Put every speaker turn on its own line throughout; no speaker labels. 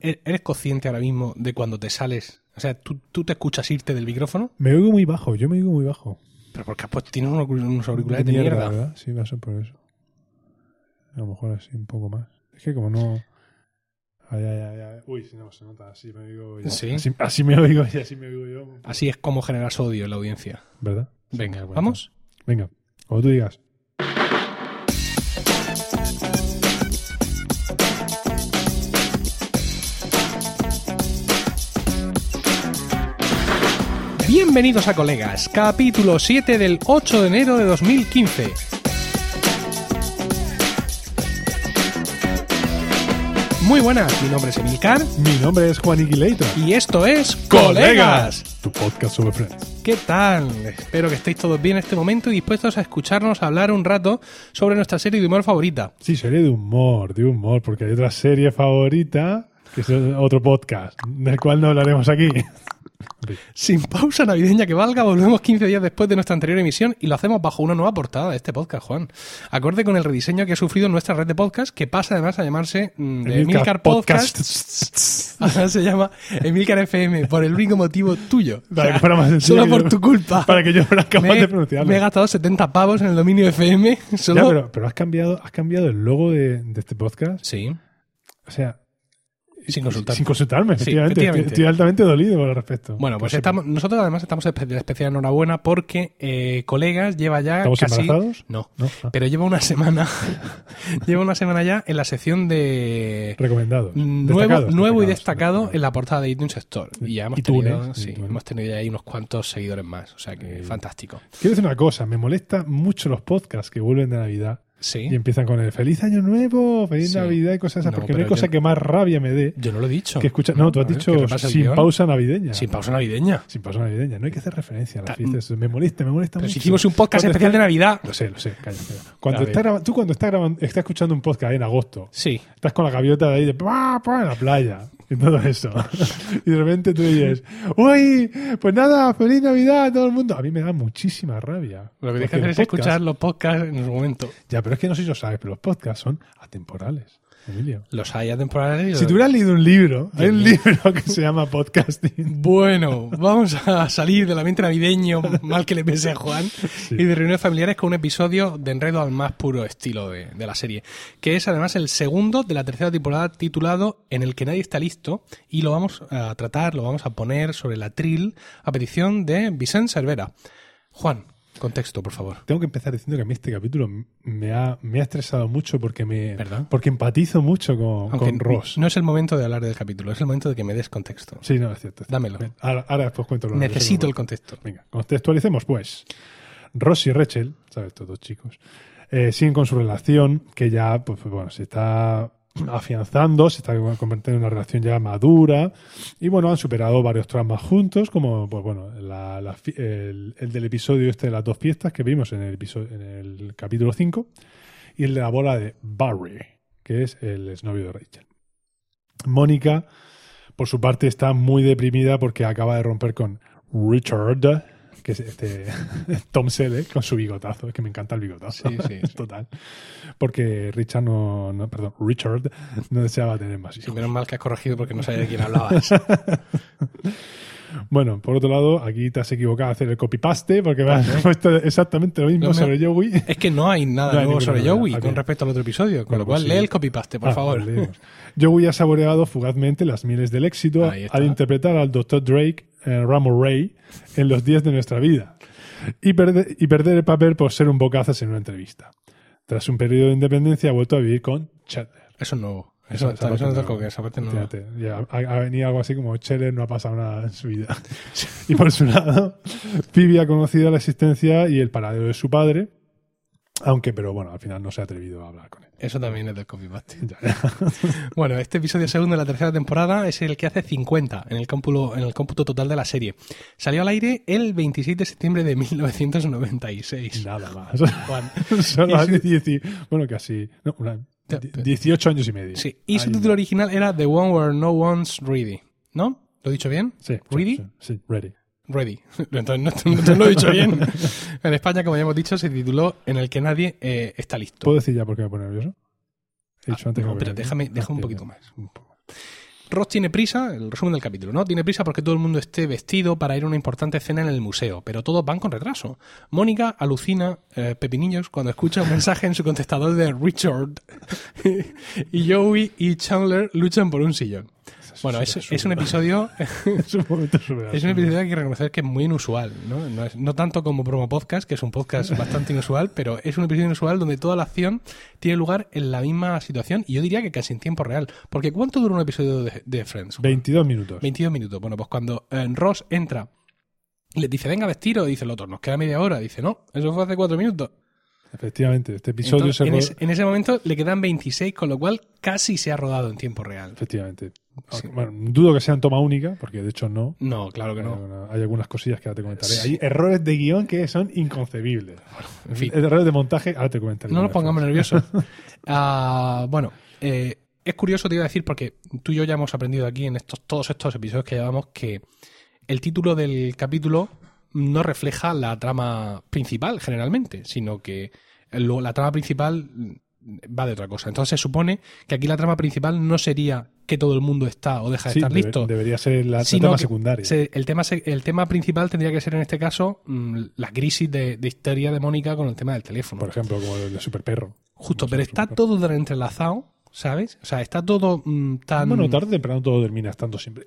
¿E-, ¿Eres consciente ahora mismo de cuando te sales? O sea, ¿tú, tú te escuchas irte del micrófono?
Me oigo muy bajo, yo me oigo muy bajo.
Pero porque has puesto, tienes unos, unos auriculares de mierda.
¿verdad? Sí, va a ser por eso. A lo mejor así un poco más. Es que como no. Ay, ay, ay, ay. Uy, si no se nota, así me oigo yo.
Sí.
Así, así me oigo y así me oigo yo.
Así es como generas odio en la audiencia.
¿Verdad?
Venga,
bueno.
¿vamos?
Venga, como tú digas.
Bienvenidos a Colegas, capítulo 7 del 8 de enero de 2015. Muy buenas, mi nombre es Emilcar
Mi nombre es Juan Iquileito.
y esto es
Tu podcast sobre Friends.
¿Qué tal? Espero que estéis todos bien en este momento y dispuestos a escucharnos hablar un rato sobre nuestra serie de humor favorita.
Sí, serie de humor, de humor, porque hay otra serie favorita que es otro podcast, del cual no hablaremos aquí.
Sin pausa navideña que valga, volvemos 15 días después de nuestra anterior emisión y lo hacemos bajo una nueva portada de este podcast, Juan. Acorde con el rediseño que ha sufrido nuestra red de podcast, que pasa además a llamarse mm, de Emilcar Podcast, ahora se llama Emilcar FM, por el único motivo tuyo.
Para que fuera más sencillo
solo
que
por
yo-
tu culpa.
Para que yo fuera capaz
me,
de pronunciarlo.
me he gastado 70 pavos en el dominio FM. Solo...
Ya, pero, pero has cambiado, has cambiado el logo de, de este podcast.
Sí,
O sea,
sin consultar.
pues, sin consultarme,
Sí,
efectivamente. Estoy-
efectivamente.
Estoy, altamente dolido con el respecto.
Bueno, pues
Por
estamos, nosotros además estamos espe- de especial enhorabuena porque eh, colegas lleva ya
¿Estamos
casi
embarazados?
no,
No, ah.
pero lleva una semana, lleva una semana ya en la sección de
Recomendado.
nuevo,
Destacados,
nuevo y
destacados,
destacado en la portada de iTunes Store y ya hemos
iTunes,
tenido, sí,
iTunes.
hemos tenido ya ahí unos cuantos seguidores más, o sea que fantástico.
Quiero decir una cosa, me molesta mucho los podcasts que vuelven de Navidad
Sí,
y empiezan con el feliz año nuevo, feliz
Sí.
Navidad y cosas esas,
No,
porque no
pero
hay cosa
yo-
que más rabia me dé
yo no lo he dicho.
que escuchar. No, tú has
a ver,
dicho
que repasa el
sin
guión.
pausa navideña.
sin pausa navideña.
Sin pausa navideña, no hay que hacer referencia a
Ta-
las fiestas. Me molesta, me molesta
Pero
mucho.
si hicimos un podcast
Cuando
especial de Navidad.
Lo sé, lo sé, calla, calla. Cuando
A ver.
está graba- tú cuando estás grabando, estás escuchando un podcast ahí en agosto,
Sí,
estás con la gaviota de ahí de pa, pa, en la playa y todo eso. y de repente tú dices, uy, pues nada, feliz Navidad a todo el mundo. A mí me da muchísima rabia.
lo que tienes que
Porque
hacer
los
es
podcasts-
escuchar los podcasts en su momento.
Ya, pero es que no sé si lo sabes, pero los podcasts son atemporales, Emilio.
Los hay atemporales. y los-
Si tú hubieras leído un libro, hay un
mío.
libro que se llama Podcasting.
Bueno, vamos a salir del ambiente navideño, mal que le pese a Juan, y de reuniones familiares con un episodio de enredo al más puro estilo de, de la serie, que es además el segundo de la tercera temporada titulado En el que nadie está listo, y lo vamos a tratar, lo vamos a poner sobre la tril a petición de Vicente Cervera. Juan, contexto, por favor.
Tengo que empezar diciendo que a mí este capítulo me ha, me ha estresado mucho porque me
¿Verdad?
porque empatizo mucho con,
Aunque
con Ross.
no es el momento de hablar del capítulo, es el momento de que me des contexto.
Sí, no, es cierto. es cierto.
Dámelo.
Ven, Ahora, ahora después cuento lo que
Necesito
sé
el contexto.
cómo- Venga, contextualicemos pues. Ross y Rachel, ¿sabes? Estos dos chicos, eh, siguen con su relación que ya, pues bueno, se está afianzando, se está convirtiendo en una relación ya madura y bueno, han superado varios traumas juntos, como pues bueno, la- la fi- el, el del episodio este de las dos fiestas que vimos en el, episodio, en el capítulo 5 y el de la bola de Barry, que es el exnovio de Rachel. Mónica, por su parte, está muy deprimida porque acaba de romper con Richard, que es este Tom Selleck, con su bigotazo. Es que me encanta el bigotazo.
Sí, sí, sí.
Total. Porque Richard no, no- perdón, Richard no deseaba tener más
Sí,
hijos.
menos mal que has corregido porque no sabía de quién hablabas.
Bueno, por otro lado, aquí te has equivocado a hacer el copy-paste porque me has puesto exactamente lo mismo
Lo
sobre Joey.
Es que no hay nada
No hay
nuevo
ninguna
sobre
novedad.
Joey
Ok.
con respecto al otro episodio, con
Bueno,
lo cual
pues sí.
lee el copypaste, por
Ah,
favor.
vale, leemos. Joey ha saboreado fugazmente las mieles del éxito
Ahí está.
al interpretar al Dr. Drake eh, Ramo Ray en los días de nuestra vida y, perde- y perder el papel por ser un bocazas en una entrevista. Tras un periodo de independencia ha vuelto a vivir con Chandler.
Eso es nuevo.
Esa-
Eso,
esa
eso,
parte
no
no.
toco, que esa parte no.
Fíjate, ya ha, ha venido algo así como Scheller no ha pasado nada en su vida. Y por su lado, Phoebe ha conocido la existencia y el paradero de su padre, aunque, pero bueno, al final no se ha atrevido a hablar con él.
Eso también es del copypaste.
Ya, ya.
Bueno, este episodio segundo de la tercera temporada es el que hace 50 en el cómputo, en el cómputo total de la serie. Salió al aire el 26 de septiembre de 1996.
Nada más.
Juan.
Solo
Y
hace 10 bueno, casi no, una-
Te-
die-
te-
18 años y medio.
Sí. Y su
Ahí
título
va.
original era The One Where No One's Ready. ¿No? ¿Lo he dicho bien?
Sí,
¿Ready?
Sí, sí, ready.
Ready. Entonces no, no te lo he dicho bien. En España, como ya hemos dicho, se tituló En el que nadie eh, está listo. Ah,
¿Puedo decir ya por qué me pone nervioso? He dicho antes
no,
que me
pero
ponía
déjame-
nervioso.
déjame un
Ah,
poquito
bien,
más.
un poco más.
Ross tiene prisa, el resumen del capítulo, ¿no? Tiene prisa porque todo el mundo esté vestido para ir a una importante cena en el museo, pero todos van con retraso. Mónica alucina, eh, Pepinillos, cuando escucha un mensaje en su contestador de Richard. y Joey y Chandler luchan por un sillón. Bueno, es, es un episodio
Es un momento surreal.
es un episodio que hay que reconocer que es muy inusual, ¿no? No, es- no tanto como Promo Podcast, que es un podcast bastante inusual, pero es un episodio inusual donde toda la acción tiene lugar en la misma situación y yo diría que casi en tiempo real. Porque ¿cuánto dura un episodio de, de Friends?
22 minutos.
22 minutos. Bueno, pues cuando eh, Ross entra, le dice, venga, vestiros, dice el otro, nos queda media hora. Dice, no, eso fue hace cuatro minutos.
Efectivamente, este episodio
Entonces,
se
en,
ro-
ese- en ese momento le quedan 26, con lo cual casi se ha rodado en tiempo real.
Efectivamente.
Sí.
Bueno, dudo que sean toma única, porque de hecho no.
No, claro que
Hay,
no.
alguna- hay algunas cosillas que ahora te comentaré.
Sí.
Hay errores de guión que son inconcebibles.
En fin.
Errores de montaje, ahora te comentaré.
No nos pongamos nerviosos. Ah, bueno, eh, es curioso, te iba a decir, porque tú y yo ya hemos aprendido aquí en estos, todos estos episodios que llevamos que el título del capítulo no refleja la trama principal generalmente, sino que lo- la trama principal va de otra cosa. Entonces se supone que aquí la trama principal no sería que todo el mundo está o deja de
Sí,
estar
debe-
listo,
Debería ser la, la
sino
trama
que
secundaria.
se- el, tema, se- el tema principal tendría que ser en este caso mm, la crisis de, de histeria de Mónica con el tema del teléfono.
Por ejemplo, como el de Superperro.
Justo,
Como
pero
Super
está
Perro.
todo tan entrelazado, ¿sabes? O sea, está todo mm, tan...
Bueno, tarde o temprano todo termina estando siempre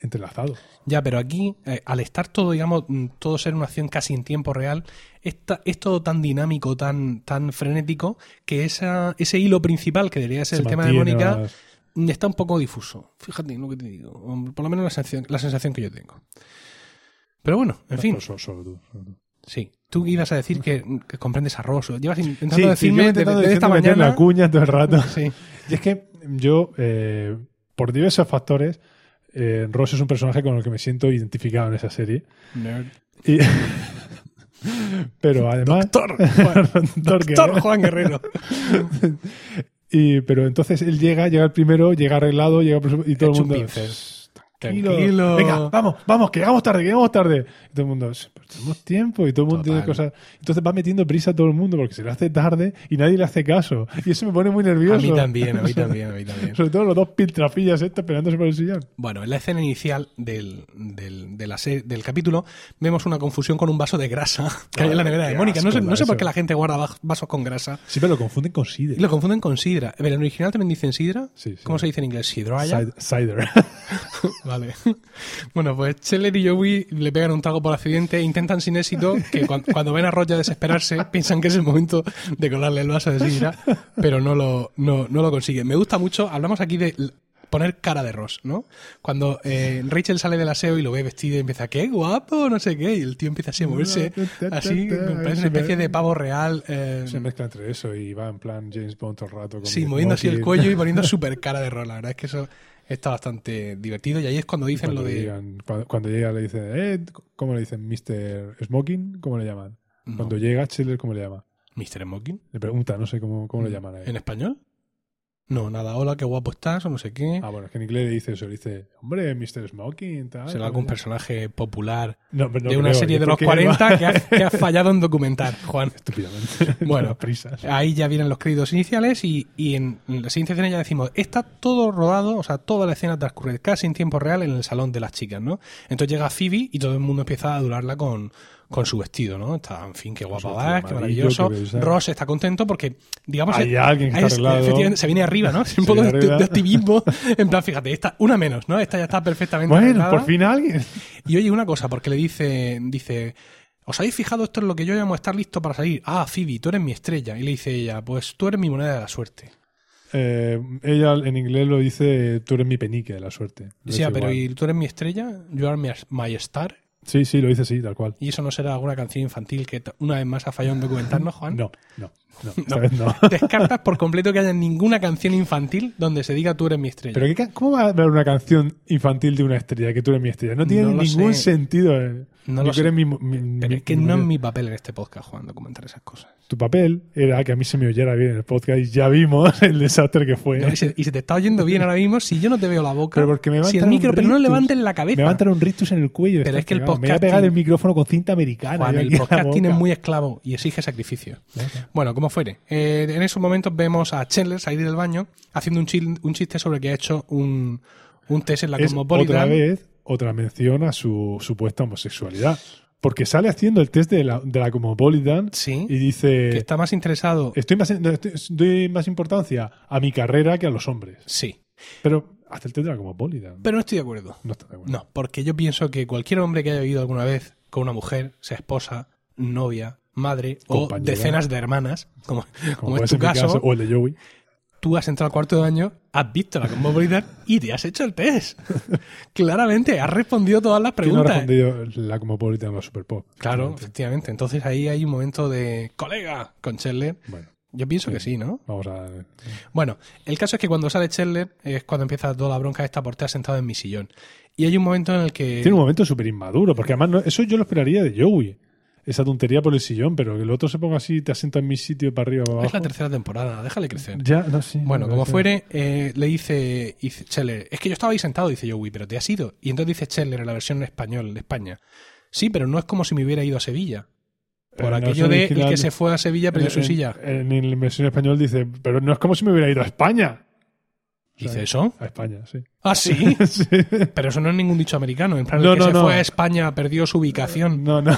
entrelazado.
ya, pero aquí, eh, al estar todo, digamos, mm, todo ser una acción casi en tiempo real, está, es todo tan dinámico, tan, tan frenético, que esa, ese hilo principal que debería ser
Se
el tema de
mantiene
Mónica
más-
mm, está un poco difuso. Fíjate en lo que te digo. o Por lo menos la sensación, la sensación que yo tengo. Pero bueno, en
más-
fin,
pues, solo- solo tú, solo tú.
sí. Tú ibas a decir que, que comprendes a Ross. Llevas intentando
Sí, sí, yo
decirme
he
desde-
intentado
desde esta
diciendo meter
mañana...
la cuña todo el rato.
Sí.
Y es que yo, eh, por diversos factores, eh, Ross es un personaje con el que me siento identificado en esa serie.
Nerd.
Y- pero además.
Doctor. Juan-
Doctor que-
Doctor Juan Guerrero.
y- pero entonces él llega, llega el primero, llega arreglado, llega por su- y todo
Hecho
el
un
mundo.
pincel.
"Shh,
Tranquilo.
Venga, vamos, vamos, que llegamos tarde, que llegamos tarde. Y todo el mundo, "Sí, pero tenemos tiempo y todo el mundo
Total.
tiene cosas. Entonces va metiendo prisa a todo el mundo porque se le hace tarde y nadie le hace caso. Y eso me pone muy nervioso.
A mí también, a mí también, a mí también.
Sobre todo los dos piltrafillas estos peleándose por el sillón.
Bueno, en la escena inicial del, del, de la se- del capítulo vemos una confusión con un vaso de grasa que hay en la nevera de
qué
Mónica. No sé,
asco,
no sé por
eso.
qué la gente guarda va- vasos con grasa.
Siempre lo confunden con
Y
cider.
lo confunden con sidra. Pero en el original también dicen sidra.
Sí, sí.
¿Cómo se dice en inglés? Sidraya.
Cider. cider.
Vale. Bueno, pues Scheller y Joey le pegan un trago por accidente e intentan sin éxito que cuan- cuando, ven a Roger desesperarse piensan que es el momento de colarle el vaso de sidra, pero no lo, no, no lo consiguen. Me gusta mucho, hablamos aquí de l- poner cara de Ross, ¿no? Cuando eh, Rachel sale del aseo y lo ve vestido y empieza, qué guapo, no sé qué, y el tío empieza así a moverse, así, me parece una especie de pavo real. eh,
Se mezcla entre eso y va en plan James Bond todo el rato. Con
Sí,
Mick
moviendo así el
Motley.
cuello y poniendo súper cara de Ross. La verdad es que eso está bastante divertido y ahí es cuando dicen
Cuando,
lo de...
llegan- cuando, cuando llega le dicen, eh, ¿cómo le dicen? Mr. Smoking, ¿cómo le llaman?
No.
Cuando llega Chiller, ¿cómo le llaman?
¿Mr. Smoking?
Le pregunta, no sé cómo, cómo le llaman a él.
Mm. ¿En español? No, nada, hola, qué guapo estás, o no sé qué.
Ah, bueno, es que en inglés le dice eso, le dice, hombre, Mr. Smoking, tal.
Será algún personaje popular
No, pero no
de una
creo,
serie de
¿por
los
qué va?
40 que has, que has fallado en documentar, Juan.
Estúpidamente.
Bueno.
prisas.
Ahí ya vienen los créditos iniciales y, y en la siguiente escena ya decimos, está todo rodado, o sea, toda la escena transcurre casi en tiempo real en el salón de las chicas, ¿no? Entonces llega Phoebe y todo el mundo empieza a adorarla con, con su vestido, ¿no? Está, en fin, qué guapa
su
vas, qué
amarillo,
maravilloso.
qué belleza.
Ross está contento porque, digamos...
Hay
es-
alguien que está
es-
arreglado.
efectivamente, se viene arriba, ¿no? Es un
Se
poco de,
viene arriba.
de optimismo. En plan, fíjate, esta, una menos, ¿no? Esta ya está perfectamente
Bueno,
arreglada.
por fin alguien.
Y oye, una cosa, porque le dice, dice, ¿os habéis fijado esto es lo que yo llamo estar listo para salir? Ah, Phoebe, tú eres mi estrella. Y le dice ella, pues tú eres mi moneda de la suerte.
Eh, ella en inglés lo dice, tú eres mi penique de la suerte. Lo
Y dice,
dice
"Ah, pero
igual.
¿y tú eres mi estrella? You are my, my star.
Sí, sí, lo dice así, tal cual.
Y eso no será alguna canción infantil que ta- una vez más ha fallado en documentarnos, Juan.
No, no, no. esta vez no.
Descartas por completo que haya ninguna canción infantil donde se diga tú eres mi estrella.
Pero qué ca- ¿cómo va a haber una canción infantil de una estrella que tú eres mi estrella? No tiene
No lo
ningún
sé.
sentido. eh.
No
Yo
lo
que
sé.
eres mi mo- mi-
Pero
mi-
es que
mi
no es
mujer.
mi papel en este podcast, Juan, documentar esas cosas.
Tu papel era que a mí se me oyera bien el podcast y ya vimos el desastre que fue.
No, y, se, y se te está oyendo bien ahora mismo si yo no te veo la boca.
Pero porque me va a
si el
entrar un
micro, pero no
rictus.
levantes la cabeza.
me va a entrar un rictus en el cuello.
Pero
está
es que el
pegado. Me voy a pegar
podcasting-
el micrófono con cinta americana.
Juan,
Ah, yo aquí
el
en la
podcasting es
boca.
muy esclavo y exige sacrificio. Bueno, como fuere, eh, en esos momentos vemos a Chandler salir del baño haciendo un, chil- un chiste sobre que ha hecho un, Un test en la
es
Cosmopolitan.
otra vez otra mención a su supuesta homosexualidad. Porque sale haciendo el test de la, de la Cosmopolitan
Sí.
y dice...
que está más interesado.
Estoy más, no, estoy- doy más importancia a mi carrera que a los hombres.
Sí.
Pero hasta el tendrá como Bólida.
Pero no estoy de acuerdo.
No está de acuerdo.
No, porque yo pienso que cualquier hombre que haya vivido alguna vez con una mujer, sea esposa, novia, madre o
Compañera.
decenas de hermanas, como, como
puede
es
ser
tu
mi
caso,
O el de Joey.
tú has entrado al cuarto de año, has visto la Cosmopolitan y te has hecho el test. Claramente, has respondido todas las
¿Quién no ha
preguntas.
respondido la Cosmopolitan o Super Pop?
claro, efectivamente. Entonces ahí hay un momento de colega con Chandler.
Bueno,
Yo pienso que
Sí.
sí, ¿no?
vamos a.
Bueno, el caso es que cuando sale Chandler es cuando empieza toda la bronca esta por estar sentado en mi sillón. Y hay un momento en el que...
Tiene un momento súper inmaduro, porque además no- eso yo lo esperaría de Joey. Esa tontería por el sillón, pero que el otro se ponga así, te asienta en mi sitio para arriba para
Es la
abajo.
tercera temporada, déjale crecer.
Ya, no, sí.
Bueno,
no,
como
sí.
fuere, eh, le dice, dice Scheller, es que yo estaba ahí sentado, dice Joey, pero te has ido. Y entonces dice Scheller en la versión en español de España, sí, pero no es como si me hubiera ido a Sevilla. Por
Eh, no, Eh,
aquello
eso
de el
original-
que se fue a Sevilla perdió su
en-
silla.
En, en el versión español dice, pero no es como si me hubiera ido a España. eh.
¿Dice eso?
A España, sí.
Ah, sí,
Sí.
pero eso no es ningún dicho americano. En plan,
No,
el que
no,
se
no.
fue a España perdió su ubicación.
No, no.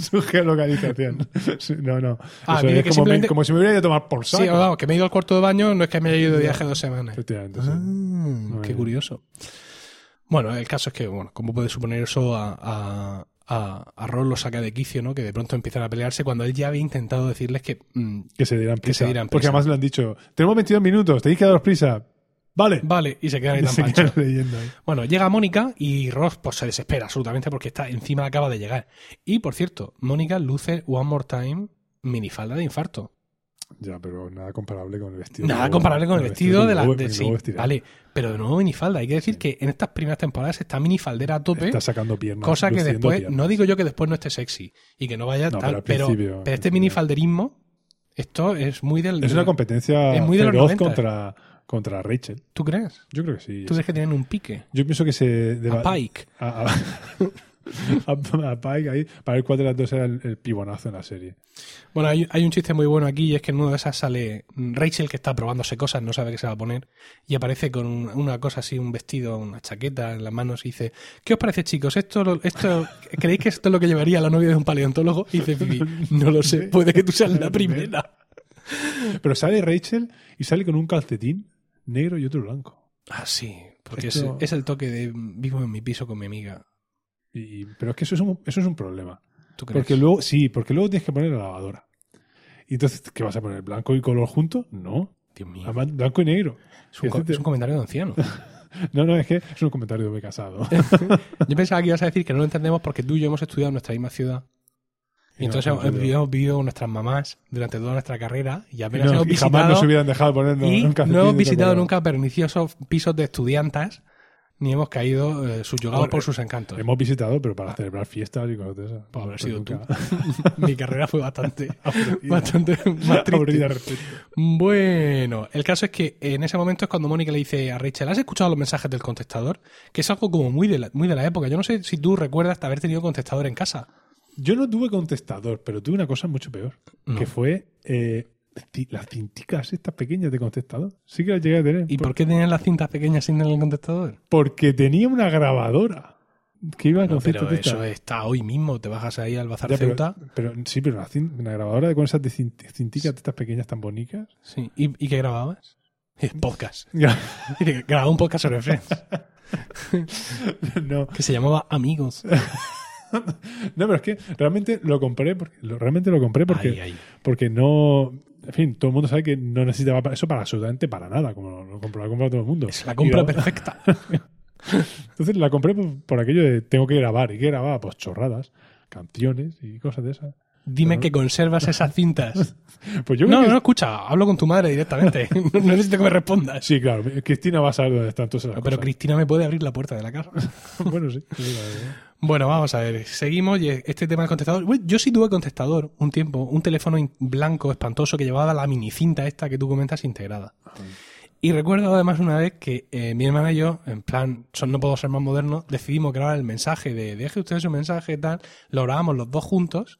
Su geolocalización. Sí, No, no.
Ah,
Eso
dice
es
que
como,
simplemente-
me- como si me hubiera ido a tomar por saco.
Sí, vamos, que me he ido al cuarto de baño, no es que me haya ido de viaje dos semanas.
Efectivamente, sí.
Ah, qué
bien.
curioso. Bueno, el caso es que, bueno, como puede suponer eso a, a, a, a Ross lo saca de quicio, ¿no? Que de pronto empiezan a pelearse cuando él ya había intentado decirles que... mm,
Que se dieran prisa.
se dieran
Porque
prisa.
además le han dicho, tenemos 22 minutos, tenéis que daros prisa. Vale.
vale, y se quedan ahí
Y
tan
se
panchos.
quedan leyendo ahí.
Bueno, llega Mónica y Ross pues se desespera absolutamente porque está encima acaba de llegar. Y, por cierto, Mónica luce One More Time minifalda de infarto.
Ya, pero nada comparable con el vestido.
Nada
Luego,
comparable con el vestido de la...
luego-
de-
luego
sí,
vestirá.
vale, pero de nuevo minifalda. Hay que decir que en estas primeras temporadas está minifaldera a tope.
Está sacando piernas.
Cosa que
luciendo
después,
piernas.
no digo yo que después no esté sexy y que no vaya
No, pero
tal,
al
pero,
principio-
pero este mini falderismo, esto es muy del.
Es una competencia
Es muy de los
feroz
90.
contra, contra Rachel.
¿Tú crees?
Yo creo que sí.
¿Tú crees que tienen un pique?
Yo pienso que se...
A
deba-
Pike.
a, a- a- a Pike ahí para ver cuál de las dos era el, el pibonazo en la serie.
Bueno, hay, hay un chiste muy bueno aquí y es que en una de esas sale Rachel que está probándose cosas, no sabe qué se va a poner y aparece con un- una cosa así, un vestido, una chaqueta en las manos y dice ¿Qué os parece chicos? ¿Esto, lo- esto ¿Creéis que esto es lo que llevaría la novia de un paleontólogo? Y dice Phoebe, no lo sé, puede que tú seas la primera.
Pero sale Rachel y sale con un calcetín negro y otro blanco.
Ah, sí, porque
Esto-
es, es el toque de vivo en mi piso con mi amiga.
Y, pero es que eso es un, eso es un problema.
¿Tú crees?
Porque luego, sí, porque luego tienes que poner la lavadora. Y entonces, ¿qué vas a poner? ¿Blanco y color juntos? No.
Dios mío.
Además, blanco y negro.
Es un, co- es un comentario de anciano.
No, no, es que es un comentario de me he casado.
Yo pensaba que ibas a decir que no lo entendemos porque tú y yo hemos estudiado en nuestra misma ciudad. Y
Y no,
entonces hemos,
no, no.
hemos vivido con nuestras mamás durante toda nuestra carrera y
Y,
apenas
no,
hemos
y jamás
visitado.
nos hubieran dejado poner
y
un calcetín
no hemos
y otro
visitado
color.
nunca perniciosos pisos de estudiantas ni hemos caído eh, subyugados
Bueno,
por sus encantos.
Hemos visitado, pero para celebrar fiestas y cosas de esas.
Pues habrá
Pero
sido
nunca-
tú. Mi carrera fue bastante,
Aburrida.
bastante más triste.
Aburrida al respecto.
Bueno, el caso es que en ese momento es cuando Mónica le dice a Rachel, ¿has escuchado los mensajes del contestador? Que es algo como muy de la, muy de la época. Yo no sé si tú recuerdas haber tenido contestador en casa.
Yo no tuve contestador, pero tuve una cosa mucho peor,
No.
que fue eh, ti- las cinticas estas pequeñas de contestador. Sí que las llegué a tener.
¿Y
Por-
por qué tenían las cintas pequeñas sin el contestador?
Porque tenía una grabadora que iba con cintas
pero
de estas.
eso está hoy mismo. Te bajas ahí al bazar
Ya, pero-
Ceuta.
pero, sí, pero una, cin- una grabadora con esas de cinti- cinticas de estas pequeñas tan bonitas.
Sí. ¿Y, y qué grababas? Eh, Podcast.
Ya,
Dice, Grababa un podcast sobre Friends
no,
que se llamaba Amigos.
no, pero es que realmente lo compré porque lo- realmente lo compré porque
Ay, ay.
porque no. En fin, todo el mundo sabe que no necesitaba pa- eso para absolutamente para nada, como lo, lo compró, lo ha comprado todo el mundo.
Es la
Y
compra
la-
perfecta.
Entonces la compré por, por aquello de tengo que grabar. ¿Y qué grababa? Pues chorradas, canciones y cosas de esas.
Dime que conservas esas cintas.
Pues yo creo
No,
que.
no, escucha. Hablo con tu madre directamente. No necesito que me respondas.
Sí, claro. Cristina va a saber dónde están todas esas
No, pero
cosas.
Cristina me puede abrir la puerta de la casa.
bueno, sí. sí, la verdad.
bueno, vamos a ver. Seguimos. y Este tema del contestador. Bueno, Yo sí tuve contestador un tiempo. Un teléfono in- blanco espantoso que llevaba la minicinta esta que tú comentas integrada. Y recuerdo además una vez que eh, mi hermana y yo, en plan, son, no puedo ser más moderno, decidimos grabar el mensaje de deje usted su mensaje tal. Lo grabamos los dos juntos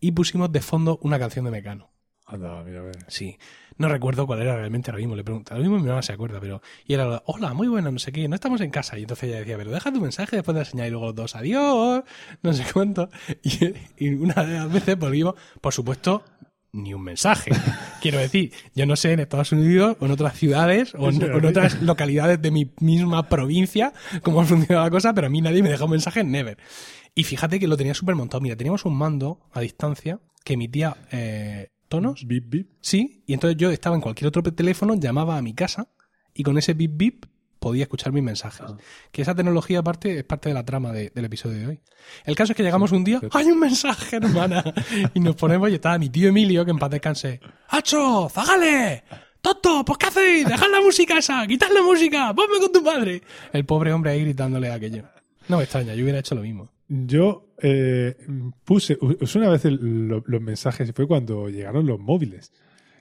y pusimos de fondo una canción de Mecano.
Anda, mira, a ver.
Sí. No recuerdo cuál era realmente ahora mismo. Le pregunto. Ahora mismo mi mamá se acuerda, pero. Y era, hola, muy buena, no sé qué. No estamos en casa. Y entonces ella decía, pero deja tu mensaje después de la señal. Y luego los dos, adiós. No sé cuánto. Y, y una de las veces volvimos, por supuesto, ni un mensaje. Quiero decir, yo no sé en Estados Unidos o en otras ciudades o en, o en otras localidades de mi misma provincia cómo funciona la cosa, pero a mí nadie me deja un mensaje en Never. Y fíjate que lo tenía súper montado. Mira, teníamos un mando a distancia que emitía eh, tonos.
Bip, bip.
Sí, y entonces yo estaba en cualquier otro teléfono, llamaba a mi casa y con ese bip bip podía escuchar mis mensajes. Que esa tecnología aparte es parte de la trama de- del episodio de hoy. El caso es que llegamos un día, ¡hay un mensaje, hermana! y nos ponemos y estaba mi tío Emilio, que en paz descanse. ¡Hacho! ¡Zagale! ¡Toto! ¿Pues qué hacéis? ¡Dejad la música esa! ¡Quitad la música! ¡Ponme con tu padre! El pobre hombre ahí gritándole aquello. No me extraña, yo hubiera hecho lo mismo.
Yo eh, puse, usé una vez el- lo- los mensajes, fue cuando llegaron los móviles,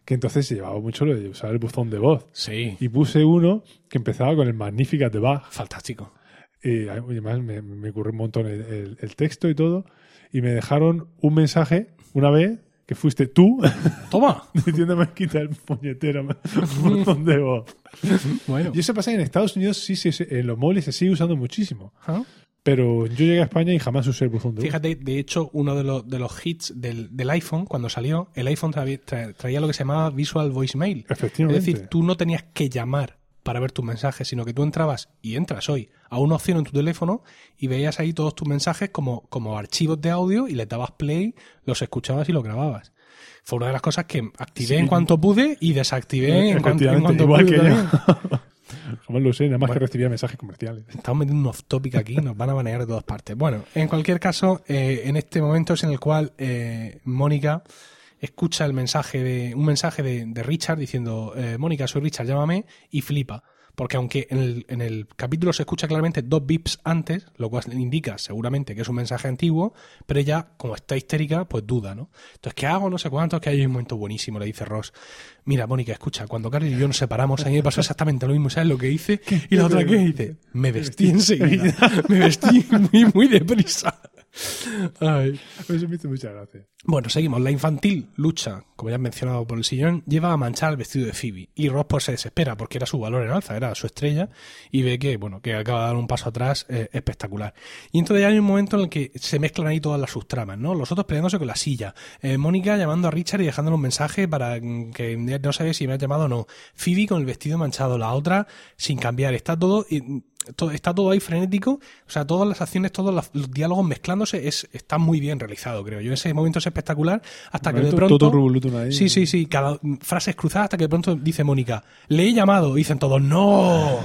que entonces se llevaba mucho lo de usar el buzón de voz.
Sí.
Y puse uno que empezaba con el Magnífica de Bach.
Fantástico.
Y además me, me ocurrió un montón el, el- el texto y todo. Y me dejaron un mensaje una vez que fuiste tú
¡Toma!
diciéndome quita el puñetero buzón de voz.
Bueno.
Y eso pasa que en Estados Unidos, sí, sí, sí, en los móviles se sigue usando muchísimo.
¿Ah?
Pero yo llegué a España y jamás usé el buzón de voz.
Fíjate, de hecho, uno de los, de los hits del, del iPhone, cuando salió, el iPhone travi- tra- traía lo que se llamaba Visual Voicemail. Es
Efectivamente.
decir, tú no tenías que llamar para ver tus mensajes, sino que tú entrabas y entras hoy a una opción en tu teléfono y veías ahí todos tus mensajes como, como archivos de audio y les dabas play, los escuchabas y los grababas. Fue una de las cosas que activé
Sí. Eh,
en cuanto pude y desactivé en cuanto, en
Efectivamente,
cuanto
igual
pude
que yo.
también.
Jamás lo usé, nada más que
Bueno.
recibía mensajes comerciales.
Estamos metiendo un off-topic aquí, nos van a banear de todas partes. Bueno, en cualquier caso, eh, en este momento es en el cual eh, Mónica escucha el mensaje de un mensaje de, de Richard diciendo eh, Mónica, soy Richard, llámame y flipa. Porque aunque en el, en el capítulo se escucha claramente dos bips antes, lo cual indica seguramente que es un mensaje antiguo, pero ella, como está histérica, pues duda, ¿no? Entonces, ¿qué hago? No sé cuántos, que hay un momento buenísimo, le dice Ross. Mira, Mónica, escucha, cuando Carlos y yo nos separamos, a mí me pasó exactamente lo mismo, ¿sabes lo que hice? Y la otra, ¿qué? Y dice, me vestí enseguida, me vestí muy, muy deprisa. Ay.
Eso me hizo mucha gracia.
Bueno, seguimos. La infantil lucha, como ya he mencionado por el sillón, lleva a manchar el vestido de Phoebe. Y Ross pues, se desespera porque era su valor en alza, era su estrella, y ve que, bueno, que acaba de dar un paso atrás eh, espectacular. Y entonces ya hay un momento en el que se mezclan ahí todas las subtramas, ¿no? Los otros peleándose con la silla. eh, Mónica llamando a Richard y dejándole un mensaje para mm, que no sabe si me ha llamado o no. Phoebe con el vestido manchado, la otra sin cambiar. Está todo. y- todo- está todo ahí frenético, o sea, todas las acciones, todos las- los diálogos mezclándose, es, está muy bien realizado, creo yo. Ese momento es espectacular, hasta que de
Momento
pronto...
Toto Revolutum ahí.
sí, sí, sí, cada mm, frases cruzadas hasta que de pronto dice Mónica, le he llamado, y dicen todos, no.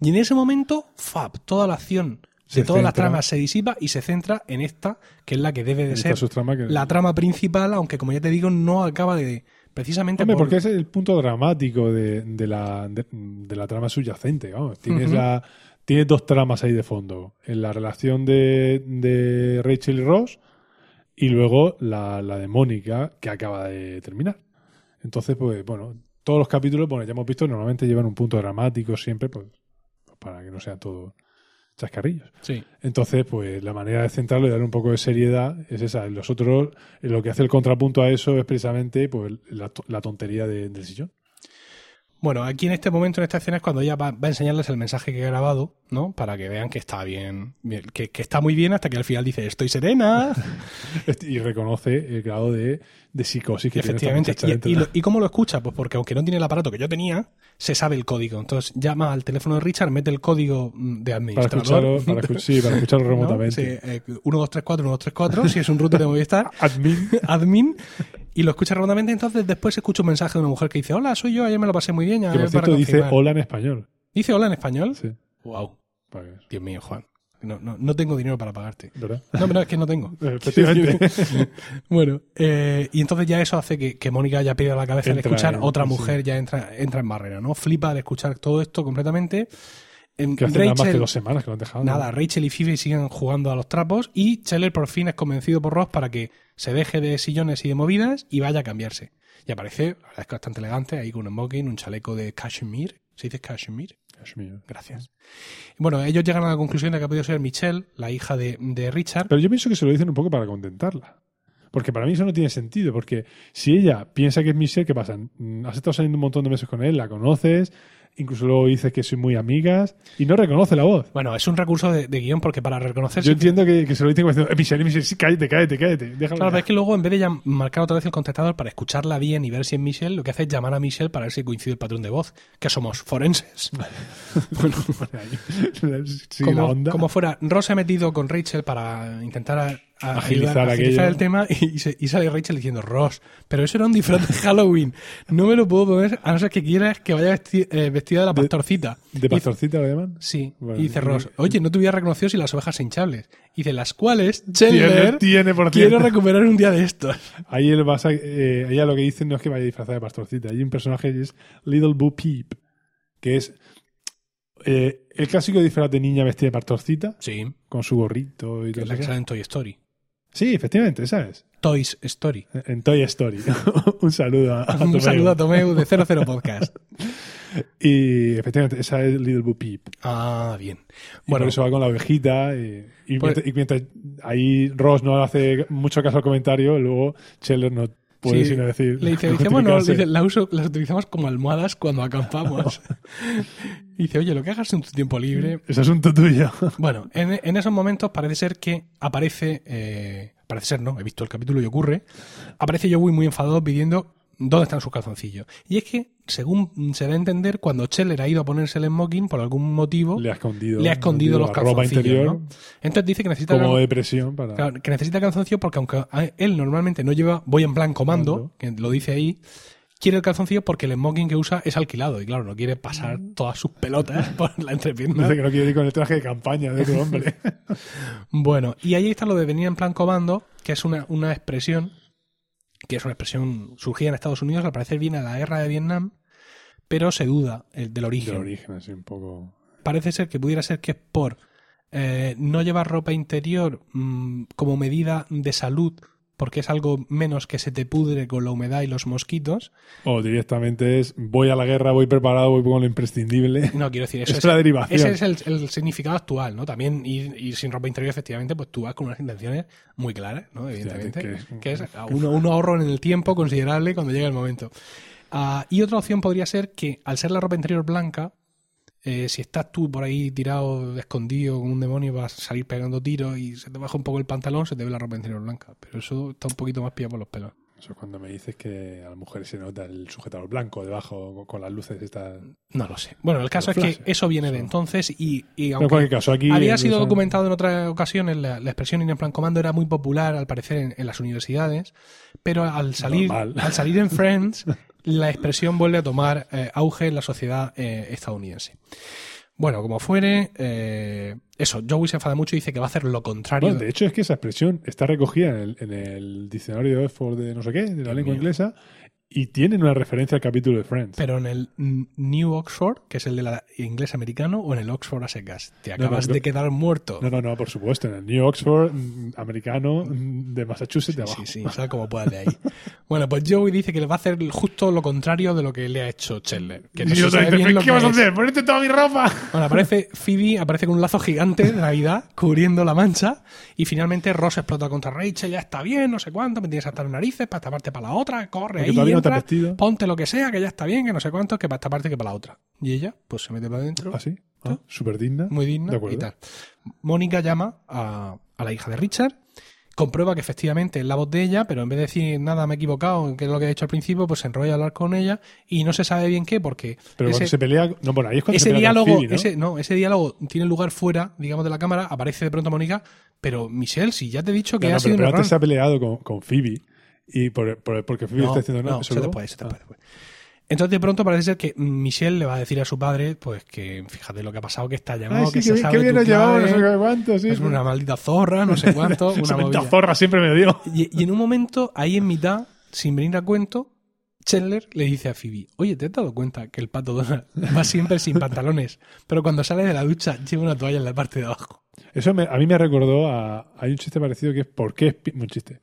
Y en ese momento, fab, toda la acción
Se
de todas las
centra.
tramas se disipa y se centra en esta, que es la que debe de
Esta
ser
subtrama que-
la trama principal, aunque como ya te digo, no acaba de... Precisamente
Hombre,
por-
porque ese es el punto dramático de, de la, de, de la trama subyacente. Vamos. Tienes,
Ujú.
la, tienes dos tramas ahí de fondo. En la relación de, de Rachel y Ross y luego la, la de Mónica que acaba de terminar. Entonces, pues bueno, todos los capítulos, bueno, ya hemos visto, normalmente llevan un punto dramático siempre pues, para que no sea todo chascarrillos.
Sí.
Entonces, pues la manera de centrarlo y darle un poco de seriedad es esa. En Los otros, en lo que hace el contrapunto a eso es precisamente pues, la, to- la tontería de- del sillón.
Bueno, aquí en este momento, en esta escena, es cuando ella va, va a enseñarles el mensaje que he grabado, ¿no? Para que vean que está bien, bien- que, que está muy bien hasta que al final dice, estoy serena.
Este- Y reconoce el grado de, de psicosis que tiene esta
Efectivamente.
muchacha
Y-
dentro
y,
de-
lo- ¿y cómo lo escucha? Pues porque aunque no tiene el aparato que yo tenía, se sabe el código. Entonces llama al teléfono de Richard, mete el código mm, de
para
administrador.
escucharlo, para escu- sí, para escucharlo
¿no?
remotamente.
Sí, eh, 1234, 1234, si es un router de Movistar.
Admin.
admin y lo escucha remotamente entonces después escucha un mensaje de una mujer que dice hola soy yo ayer me lo pasé muy bien ya
Que por
es para
cierto dice
confirmar".
hola en español.
dice hola en español
Sí,
wow
para que-
Dios mío, Juan. No, no, no tengo dinero para pagarte.
¿verdad?
No, pero es que no tengo.
Efectivamente.
bueno, eh, y entonces ya eso hace que, que Mónica ya pierda la cabeza
Entra
al escuchar
en-
otra
sí.
mujer, ya entra, entra en barrera, ¿no? Flipa al escuchar todo esto completamente. Em,
que hace nada más que dos semanas que lo han dejado. ¿no?
Nada, Rachel y Phoebe siguen jugando a los trapos y Scheller por fin es convencido por Ross para que se deje de sillones y de movidas y vaya a cambiarse. Y aparece, la verdad es que bastante elegante, ahí con un smoking, un chaleco de cashmere. ¿Se dice cashmere?
Dios mío.
Gracias. Bueno, ellos llegan a la conclusión de que ha podido ser Michelle, la hija de, de Richard.
Pero yo pienso que se lo dicen un poco para contentarla. Porque para mí eso no tiene sentido, porque si ella piensa que es Michelle, ¿qué pasa? Mm, Has estado saliendo un montón de meses con él, la conoces, incluso luego dices que soy muy amigas y no reconoce la voz.
Bueno, es un recurso de, de guión porque para
Yo
reconocerse.
entiendo que, que se lo dicen como diciendo, "Eh, Michelle, Michelle, sí, cállate, cállate, cállate.
Claro,
Déjalo ya".
pero es que luego en vez de llam- marcar otra vez el contestador para escucharla bien y ver si es Michelle, lo que hace es llamar a Michelle para ver si coincide el patrón de voz, que somos forenses.
Sí, la
como,
onda.
como fuera, Ross se ha metido con Rachel para intentar a- a-
Agilizar
ayudar- agilizar
aquello.
el tema y, se- y sale Rachel diciendo, Ross, pero eso era un disfraz de Halloween, no me lo puedo poner a no ser que quieras que vaya vesti- eh, vestida de la pastorcita.
¿De
Y-
pastorcita lo llaman?
Sí,
Bueno,
y dice
y-
Ross, oye, no te hubiera reconocido si las ovejas hinchables. Y de las cuales
Tiene,
Chandler
tiene, por
quiero
cierto.
recuperar un día de estos.
Ahí él vas a- eh, ella lo que dicen no es que vaya disfrazada de pastorcita. Hay un personaje que es Little Boo Peep, que es eh, el clásico disfraz de niña vestida de pastorcita,
Sí,
con su gorrito y
que
todo
es la que
eso.
sale en Toy Story.
Sí, efectivamente, ¿sabes?
Toys Story.
En Toy Story. un saludo a, a Ah, Tomeu.
Un saludo a Tomeu de 00 Podcast.
Y efectivamente, esa es Little Boo Peep.
Ah, bien.
Bueno,
Bueno,
por eso va con la ovejita. Y, y
Pues-
mientras, y mientras ahí Ross no hace mucho caso al comentario, luego Scheller no puede
Sí,
sino decir.
le dice, dice, bueno, le dice, la uso, las utilizamos como almohadas cuando acampamos. Y dice, oye, lo que hagas en tu tiempo libre.
Es asunto tuyo.
Bueno, en, en esos momentos parece ser que aparece, eh, parece ser, no, he visto el capítulo y ocurre, aparece Joey muy enfadado pidiendo dónde están sus calzoncillos. Y es que, según se da a entender, cuando Scheller ha ido a ponerse el smoking por algún motivo,
Le ha escondido.
le ha escondido los
la
calzoncillos.
Ropa interior
¿no? Entonces dice que necesita
como depresión para.
Claro, que necesita calzoncillo porque aunque a- él normalmente no lleva voy en plan comando,
Comando.
que lo dice ahí, quiere el calzoncillo porque el smoking que usa es alquilado y claro, no quiere pasar
Mm.
todas sus pelotas por la entrepierna.
Dice que no quiere ir con el traje de campaña de otro hombre.
Bueno, y ahí está lo de venir en plan comando, que es una, una expresión, que es una expresión surgida en Estados Unidos, al parecer viene de la guerra de Vietnam, pero se duda el, del
de
origen.
origen, así un poco.
Parece ser que pudiera ser que es por eh, no llevar ropa interior mm, como medida de salud, porque es algo menos que se te pudre con la humedad y los mosquitos.
O directamente es: voy a la guerra, voy preparado, voy con lo imprescindible.
No, quiero decir, eso
es,
es,
la derivación.
ese es el, el significado actual, ¿no? También ir, ir sin ropa interior, efectivamente, pues tú vas con unas intenciones muy claras, ¿no? Evidentemente.
que-
que, es a un, un ahorro en el tiempo considerable cuando llega el momento. Ah, y otra opción podría ser que, al ser la ropa interior blanca, eh, si estás tú por ahí tirado, escondido con un demonio, vas a salir pegando tiros y se te baja un poco el pantalón, se te ve la ropa interior blanca. Pero eso está un poquito más pillado por los pelos.
Eso es cuando me dices que a las mujeres se nota el sujetador blanco debajo con, con las luces estas.
No lo sé. Bueno, el caso es
Los
que
flashes.
eso viene de
Eso.
entonces y, y
Pero en
aunque
cualquier caso, aquí.
Había sido
son-
documentado en otras ocasiones, la, la expresión ir en plan comando era muy popular al parecer en, en las universidades, pero al salir,
Normal.
al salir en Friends, la expresión vuelve a tomar eh, auge en la sociedad eh, estadounidense. Bueno, como fuere, eh, eso, Joey se enfada mucho y dice que va a hacer lo contrario.
Bueno, de hecho, es que esa expresión está recogida en el, en el diccionario de Oxford de no sé qué, de la lengua
mío.
inglesa, y tienen una referencia al capítulo de Friends.
pero en el mm, New Oxford, que es el de la inglés americano, o en el Oxford a secas, te
No, no,
acabas
no.
de quedar muerto.
no, no, no, por supuesto, en el New Oxford mm, americano mm, de Massachusetts de abajo.
Sí, sí, sal como puedas de ahí. Bueno, pues Joey dice que le va a hacer justo lo contrario de lo que le ha hecho Chandler. Que no
Y
se
otra
sabe
dice,
bien lo
¿Qué
que
vas a
es.
hacer? ¡Ponete toda mi ropa!
Bueno, aparece Phoebe, aparece con un lazo gigante de Navidad cubriendo la mancha y finalmente Ross explota contra Rachel, ya está bien, no sé cuánto, me tienes hasta las narices para esta parte para la otra, corre
Porque
ahí,
todavía no te has
entra,
vestido.
ponte lo que sea, que ya está bien, que no sé cuánto, que para esta parte que para la otra. Y ella, pues se mete para adentro,
¿Ah, sí? Ah, Súper digna.
muy digna
De
y
acuerdo.
tal. Mónica llama a, a la hija de Richard, comprueba que efectivamente es la voz de ella, pero en vez de decir nada me he equivocado, que es lo que he hecho al principio, pues se enrolla a hablar con ella y no se sabe bien qué, porque
Pero
ese-
cuando se pelea. No, bueno, ahí es cuando se
ese
pelea con
diálogo,
Phoebe, ¿no?
Ese, no, ese diálogo tiene lugar fuera, digamos, de la cámara, aparece de pronto Mónica, pero Michelle, si ya te he dicho que
No, no,
ha
pero,
sido un
pero
error.
antes se ha peleado con, con Phoebe. Y por, por- porque Phoebe
No,
está diciendo no,
no,
eso
se te
luego".
puede, se te
Ah.
puede, pues. Entonces de pronto parece ser que Michelle le va a decir a su padre, pues que fíjate lo que ha pasado, que está llamado,
Ay, Ah, sí,
que
que,
se
bien-
sabe
que bien
tu
nos llevamos, no
clave,
sé qué cuánto, sí.
es una maldita zorra, no sé cuánto, una
Esa
movida.
maldita zorra siempre me dio.
Y, y en un momento, ahí en mitad, sin venir a cuento, Chandler le dice a Phoebe, oye, ¿te has dado cuenta que el pato Donald va siempre sin pantalones? Pero cuando sale de la ducha lleva una toalla en la parte de abajo.
Eso me- a mí me recordó a. Hay un chiste parecido que es ¿por qué Spi- un chiste?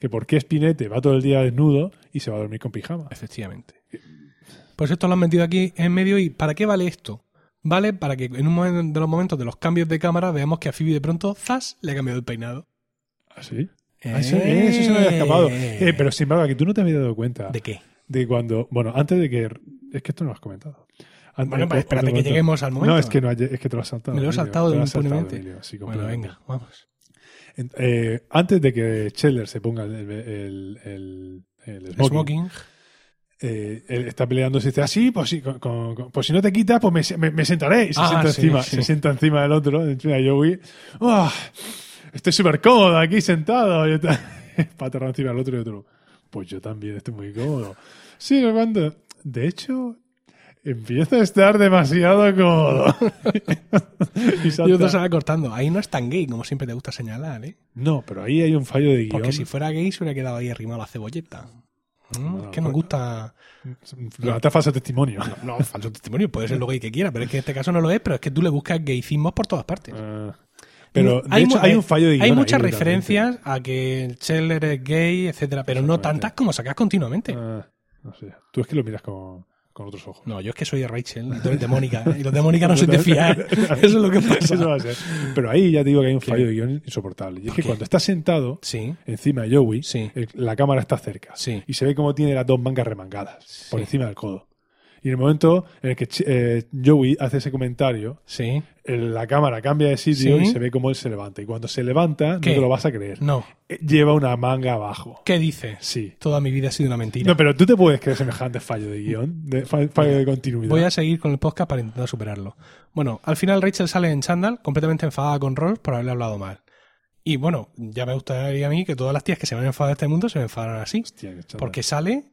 Que por qué Spinete va todo el día desnudo y se va a dormir con pijama.
Efectivamente. Pues esto lo han metido aquí en medio y ¿para qué vale esto? Vale para que en un momento de los momentos de los cambios de cámara veamos que a Phoebe de pronto, zas, le ha cambiado el peinado.
¿Así? Ah, Eso, eh, eso se me había escapado. Eh, pero sin embargo, que tú no te habías dado cuenta
¿De qué?
de cuando. Bueno, antes de que. Es que esto no lo has comentado. Antes-
Bueno, pues,
cuando-
espérate
cuando-
que lleguemos al momento.
No, es que, no, es que te lo has saltado.
Me lo he
Emilio,
saltado
te
de
lo
un
has saltado,
impunemente.
Emilio, sí,
Bueno,
completamente.
venga, vamos.
En- eh, antes de que Scheller se ponga el, el, el- el- el smoking,
Smoking.
eh, él está peleando y dice, ah, sí, pues, sí, con- con- con- pues si no te quitas, pues me, se- me- me sentaré. Y se,
Ah,
sienta
sí,
encima,
sí.
se sienta encima del otro, encima de Joey. ¡Ah! estoy súper cómodo aquí sentado. Y está- Patarrón encima del otro y otro. Pues yo también estoy muy cómodo. Sí, no sé cuánto. De hecho, empiezo a estar demasiado cómodo. Y
Y otro se
salta.
va cortando. Ahí no es tan gay, como siempre te gusta señalar, ¿eh?
No, pero ahí hay un fallo de
Porque
guión.
si fuera gay se hubiera quedado ahí arrimado la cebolleta. Mm,
Bueno,
es que nos
bueno.
gusta.
Lo hace falso testimonio.
No, falso testimonio, puede ser lo gay que quiera, pero es que en este caso no lo es, pero es que tú le buscas gaycismos por todas partes.
Ah, pero de
Hay
hecho
mu- eh,
hay un fallo de guión.
Hay
ahí
muchas
totalmente.
referencias a que el Scheller es gay, etcétera, pero no
Exactamente.
tantas como sacas continuamente.
Ah, no sé. Tú es que lo miras con, con otros ojos.
No, yo es que soy de Rachel, y tú eres de Mónica, y los de Mónica no soy de fiar. Eso es lo que
Eso
pasa.
va a ser. Pero ahí ya te digo que hay un fallo de guión insoportable. Y es que
qué?
cuando estás sentado
Sí,
encima de Joey,
Sí.
el- la cámara está cerca.
Sí.
Y se ve cómo tiene las dos mangas remangadas por encima del codo. Y en el momento en el que Ch- eh, Joey hace ese comentario,
sí.
el- la cámara cambia de sitio
Sí.
y se ve cómo él se levanta. Y cuando se levanta,
¿Qué?
no te lo vas a creer.
No.
Eh, Lleva una manga abajo.
¿Qué dices?
Sí.
Toda mi vida ha sido una mentira.
No, pero tú te puedes creer semejante fallo de guión, de fa- fallo de continuidad.
Voy a seguir con el podcast para intentar superarlo. Bueno, al final Rachel sale en chándal, completamente enfadada con Ross por haberle hablado mal. Y bueno, ya me gustaría a mí que todas las tías que se me han enfadado de este mundo se me enfadaran así.
Hostia, qué chata.
Porque sale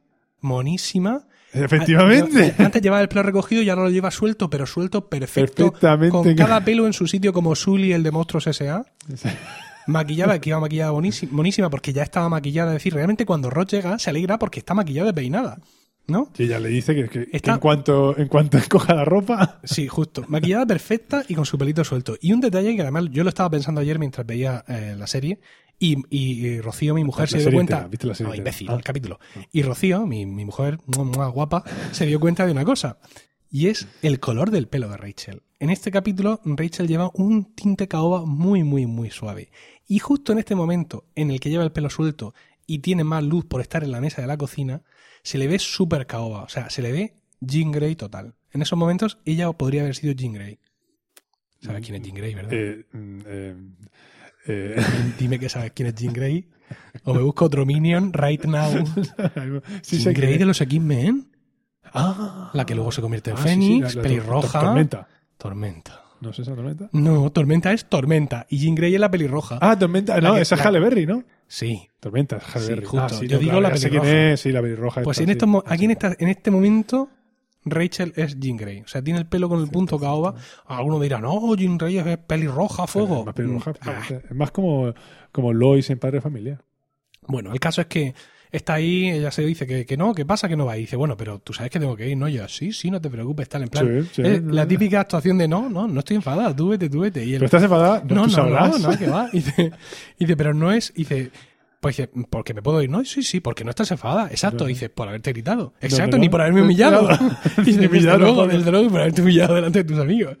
monísima. Ah,
Efectivamente.
Antes llevaba el pelo recogido y ahora lo lleva suelto, pero suelto perfecto.
Perfectamente.
Con cada pelo en su sitio, como Sully, el de Monstruos S.A.
Sí.
Maquillada, que iba maquillada bonísi- monísima porque ya estaba maquillada. Es decir, realmente cuando Ross llega se alegra porque está maquillada y peinada. ¿No?
Y ella le dice que, que- que
Está-
en cuanto en cuanto escoja la ropa.
Sí, justo. Maquillada perfecta y con su pelito suelto. Y un detalle que además yo lo estaba pensando ayer mientras veía eh, la serie. Y, y- y Rocío, mi mujer,
La
se dio
serie
cuenta.
entera, ¿viste la serie
no,
entera?
imbécil,
Ah.
el capítulo. Y Rocío, mi, mi mujer, mua, mua, guapa, se dio cuenta de una cosa. Y es el color del pelo de Rachel. En este capítulo, Rachel lleva un tinte caoba muy, muy, muy suave. Y justo en este momento en el que lleva el pelo suelto y tiene más luz por estar en la mesa de la cocina, se le ve súper caoba. O sea, se le ve Jean Grey total. En esos momentos, ella podría haber sido Jean Grey. ¿Sabes quién es Jean Grey, verdad?
Eh, mm, eh, eh,
Dime que sabes quién es Jean Grey. O me busco otro Minion right now.
sí, sé
Jean Grey
que-
de los X-Men.
Ah.
La que luego se convierte en
Ah, sí, sí,
Fénix,
la- la tor-
pelirroja.
tor- Tormenta.
Tormenta.
¿No es esa tormenta?
No, tormenta es tormenta. Y Jean Grey es la pelirroja.
Ah, tormenta.
La
No,
que-
esa es
la-
Halle Berry, ¿no?
Sí.
Tormenta, es Halle
Sí,
Berry.
justo.
Ah, sí,
Yo
no,
digo
claro,
la
ya sé quién
pelirroja.
es, sí, la pelirroja.
Pues
esta,
en,
sí.
estos mo-
Ah,
aquí en,
sí.
esta- en este momento, Rachel es Jean Grey. O sea, tiene el pelo con el punto caoba. Alguno dirá, no, Jean Grey es pelirroja, fuego.
Es más pelirroja,
Mm, ah.
es más como, como Lois en Padre de Familia.
Bueno, el caso es que está ahí, ella se dice que, que no, que pasa, que no va. Y dice, bueno, pero tú sabes que tengo que ir, ¿no? Y yo, sí, sí, no te preocupes, tal, en plan.
Sí, sí.
es la típica actuación de, no, no, no estoy enfadada, tú vete, tú vete. Y el-
Pero estás enfadada, no,
no,
tú
no, no,
sabrás.
no, que va. Y dice, y dice, pero no es. y Dice, pues dice, porque me puedo ir. No, sí, sí, porque no estás enfadada. Exacto. Dice, por haberte gritado. Exacto,
no,
ni
no.
por haberme humillado.
Claro.
Y dice, desde
Ni humillado,
luego,
por-
desde luego, por haberte humillado delante de tus amigos.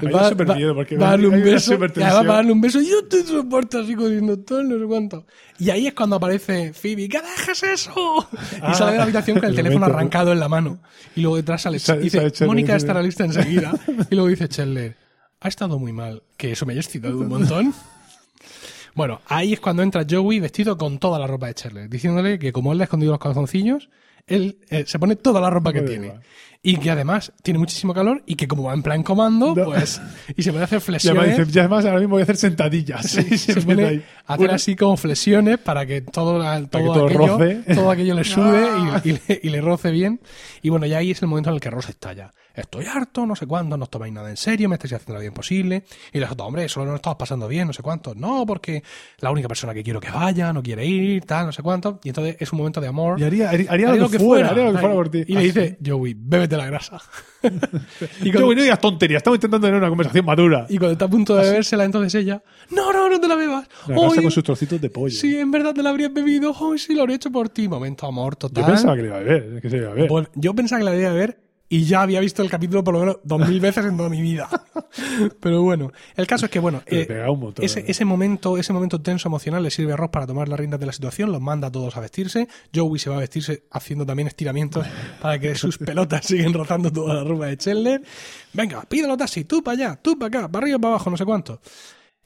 Ahí da súper miedo, porque
va a darle
hay
un
una
beso.
súper
y además va a
tensión.
darle un beso. Yo te soporto así diciendo todo, no sé cuánto. Y ahí es cuando aparece Phoebe. ¿Qué dejas eso? Y
Ah.
sale de la habitación con el
El
teléfono
momento.
arrancado en la mano. Y luego detrás sale.
Sale-
dice,
sale Chandler,
Mónica
sí.
estará lista enseguida. Y luego dice Chandler, ha estado muy mal, que eso me hayas citado un montón. Bueno, ahí es cuando entra Joey vestido con toda la ropa de Chandler, diciéndole que como él le ha escondido los calzoncillos, él eh, se pone toda la ropa que
Joder,
tiene.
va.
Y que además tiene muchísimo calor y que como va en plan comando,
No.
pues... Y se puede hacer
Y además
flexiones.
dice, ya es más, ahora mismo voy a hacer sentadillas. Sí,
se
empieza
pone
ahí.
a hacer
Una-
así como flexiones para que todo, la-
Para que
todo
todo
aquello,
roce.
todo aquello le sude y, y le, y le roce bien. Y bueno, ya ahí es el momento en el que Ross estalla. Estoy harto, no sé cuándo, no os tomáis nada en serio, me estáis haciendo lo bien posible. Y los otros, hombre, solo no estamos pasando bien, no sé cuánto. No, porque la única persona que quiero que vaya no quiere ir, tal, no sé cuánto. Y entonces es un momento de amor.
Y haría, haría, haría lo que fuera, haría lo que fuera por ti.
Y le dice, Joey, bébete la grasa. y
Yo, no digas tonterías, estamos intentando tener una conversación madura.
y cuando está a punto de bebérsela, entonces ella, no, no, no te la bebas.
La grasa
Hoy-
con sus trocitos de pollo.
Sí, en verdad te la habrías bebido. Hoy sí, lo habría hecho por ti. Momento amor
Yo
total.
pensaba que le iba a beber, que se le iba a beber.
Bueno, yo pensaba que la debía beber y ya había visto el capítulo por lo menos dos mil veces en toda mi vida. Pero bueno, el caso es que, bueno,
Te
eh,
pega un montón,
ese,
¿eh?
ese momento, ese momento tenso emocional le sirve a Ross para tomar las riendas de la situación, los manda a todos a vestirse. Joey se va a vestirse haciendo también estiramientos para que sus pelotas siguen rozando toda la ropa de Chandler. Venga, pídelo taxi, tú para allá, tú para acá, para arriba, para abajo, no sé cuánto.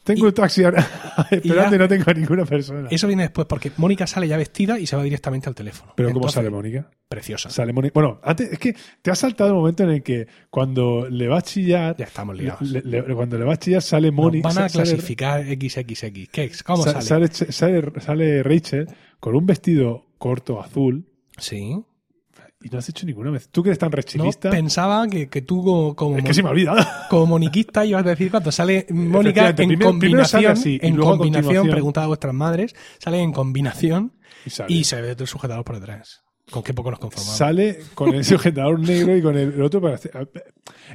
Tengo un taxi ahora. Esperando
ya-
y no tengo a ninguna persona.
Eso viene después porque Mónica sale ya vestida y se va directamente al teléfono.
Pero ¿cómo
Entonces,
sale Mónica?
Preciosa.
Sale Mónica. Bueno, antes, es que te has saltado el momento en el que cuando le va a chillar.
Ya estamos
le-
ligados.
le- le- cuando le va a chillar sale
Nos
Mónica.
van a
sa- sale-
clasificar XXX. ¿Qué es? ¿Cómo
sa-
sale?
sale, Ch- sale- sale Rachel con un vestido corto azul
Sí.
y no has hecho ninguna vez. Tú que eres tan
No,
rechilista.
pensaba que, que tú como, como
es que se me olvida.
como moniquista ibas a decir cuando sale Mónica en
Efectivamente, primero- primero
combinación,
sale así, y
en
luego a
combinación,
continuación-
preguntad a vuestras madres, sale en combinación
Y sale,
y se ve el sujetador por detrás. ¿Con qué poco nos conformamos?
Sale con el sujetador negro y con el, el otro para hacer-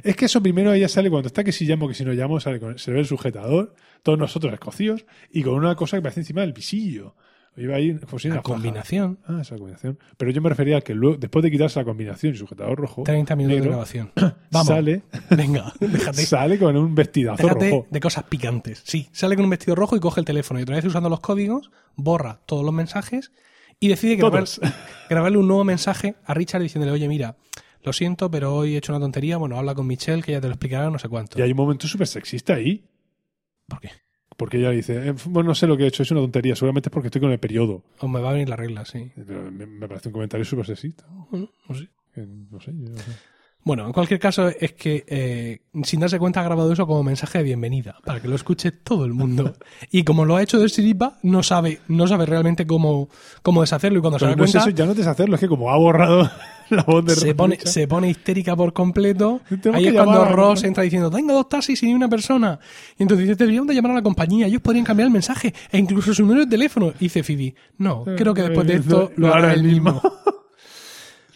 Es que eso primero ella sale cuando está que si llamo, que si no llamo, sale con, se ve el sujetador, todos nosotros escocidos, y con una cosa que parece encima del visillo. Iba ahí como si
La
una faja.
combinación.
Ah, esa combinación. Pero yo me refería a que luego, después de quitarse la combinación y sujetador rojo,
30 minutos de
negro,
grabación. Vamos.
sale,
Venga, déjate.
sale con un vestidazo
Déjate
rojo.
de cosas picantes. Sí, sale con un vestido rojo y coge el teléfono. Y otra vez usando los códigos, borra todos los mensajes y decide grabar-
Todos.
grabarle un nuevo mensaje a Richard diciéndole, oye, mira, lo siento, pero hoy he hecho una tontería. Bueno, habla con Michelle, que ya te lo explicará, no sé cuánto.
Y hay un momento súper sexista ahí,
¿Por qué?
porque ella dice, "Eh, bueno, no sé lo que he hecho, es una tontería, seguramente es porque estoy con el periodo.
O me va a venir la regla, sí.
Pero me, me parece un comentario súper sexista.
Bueno, no sé.
Que No sé, yo no sé.
Bueno, en cualquier caso es que eh, sin darse cuenta ha grabado eso como mensaje de bienvenida, para que lo escuche todo el mundo. Y como lo ha hecho de Siripa, no sabe, no sabe realmente cómo, cómo deshacerlo y cuando
Pero
se da
no es
cuenta
eso, ya no te sé hacerlo, es que como ha borrado la voz de
se pone,
Rocha,
se pone histérica por completo.
Tengo
Ahí
que
es cuando
llamar a-
Ross entra diciendo, tengo dos taxis y ni una persona. Y entonces dice, deberíamos de llamar a la compañía, ellos podrían cambiar el mensaje e incluso su número de teléfono. Y dice Phoebe, no, creo
eh,
que después de esto lo hará él mismo.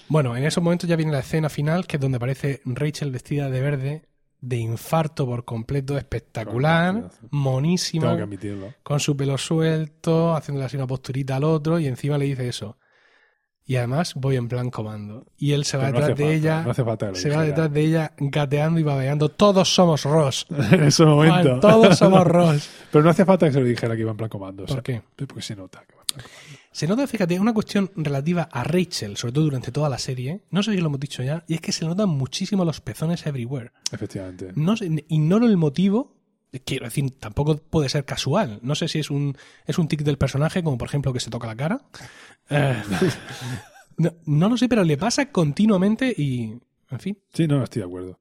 Bueno, en esos momentos ya viene la escena final, que es donde aparece Rachel vestida de verde, de infarto por completo, espectacular,
Espectacular. Tengo que
monísima,
admitirlo.
con su pelo suelto, haciéndole así una posturita al otro, y encima le dice eso. Y además voy en plan comando. Y él se va
Pero no
detrás
hace
de
falta,
ella,
no hace falta que lo
se va
dijera.
detrás de ella gateando y babeando. Todos somos Ross.
en ese momento.
Juan, todos somos Ross.
Pero no hace falta que se lo dijera que iba en plan comando. o sea,
¿Por qué?
Porque se nota que va en plan comando.
Se nota, fíjate, una cuestión relativa a Rachel, sobre todo durante toda la serie, no sé si lo hemos dicho ya, y es que se le notan muchísimo los pezones everywhere.
Efectivamente.
No sé, ignoro el motivo. Quiero decir, tampoco puede ser casual. No sé si es un, es un tic del personaje, como por ejemplo que se toca la cara. Eh, no, no lo sé, pero le pasa continuamente y. En fin,
Sí, no, estoy de acuerdo.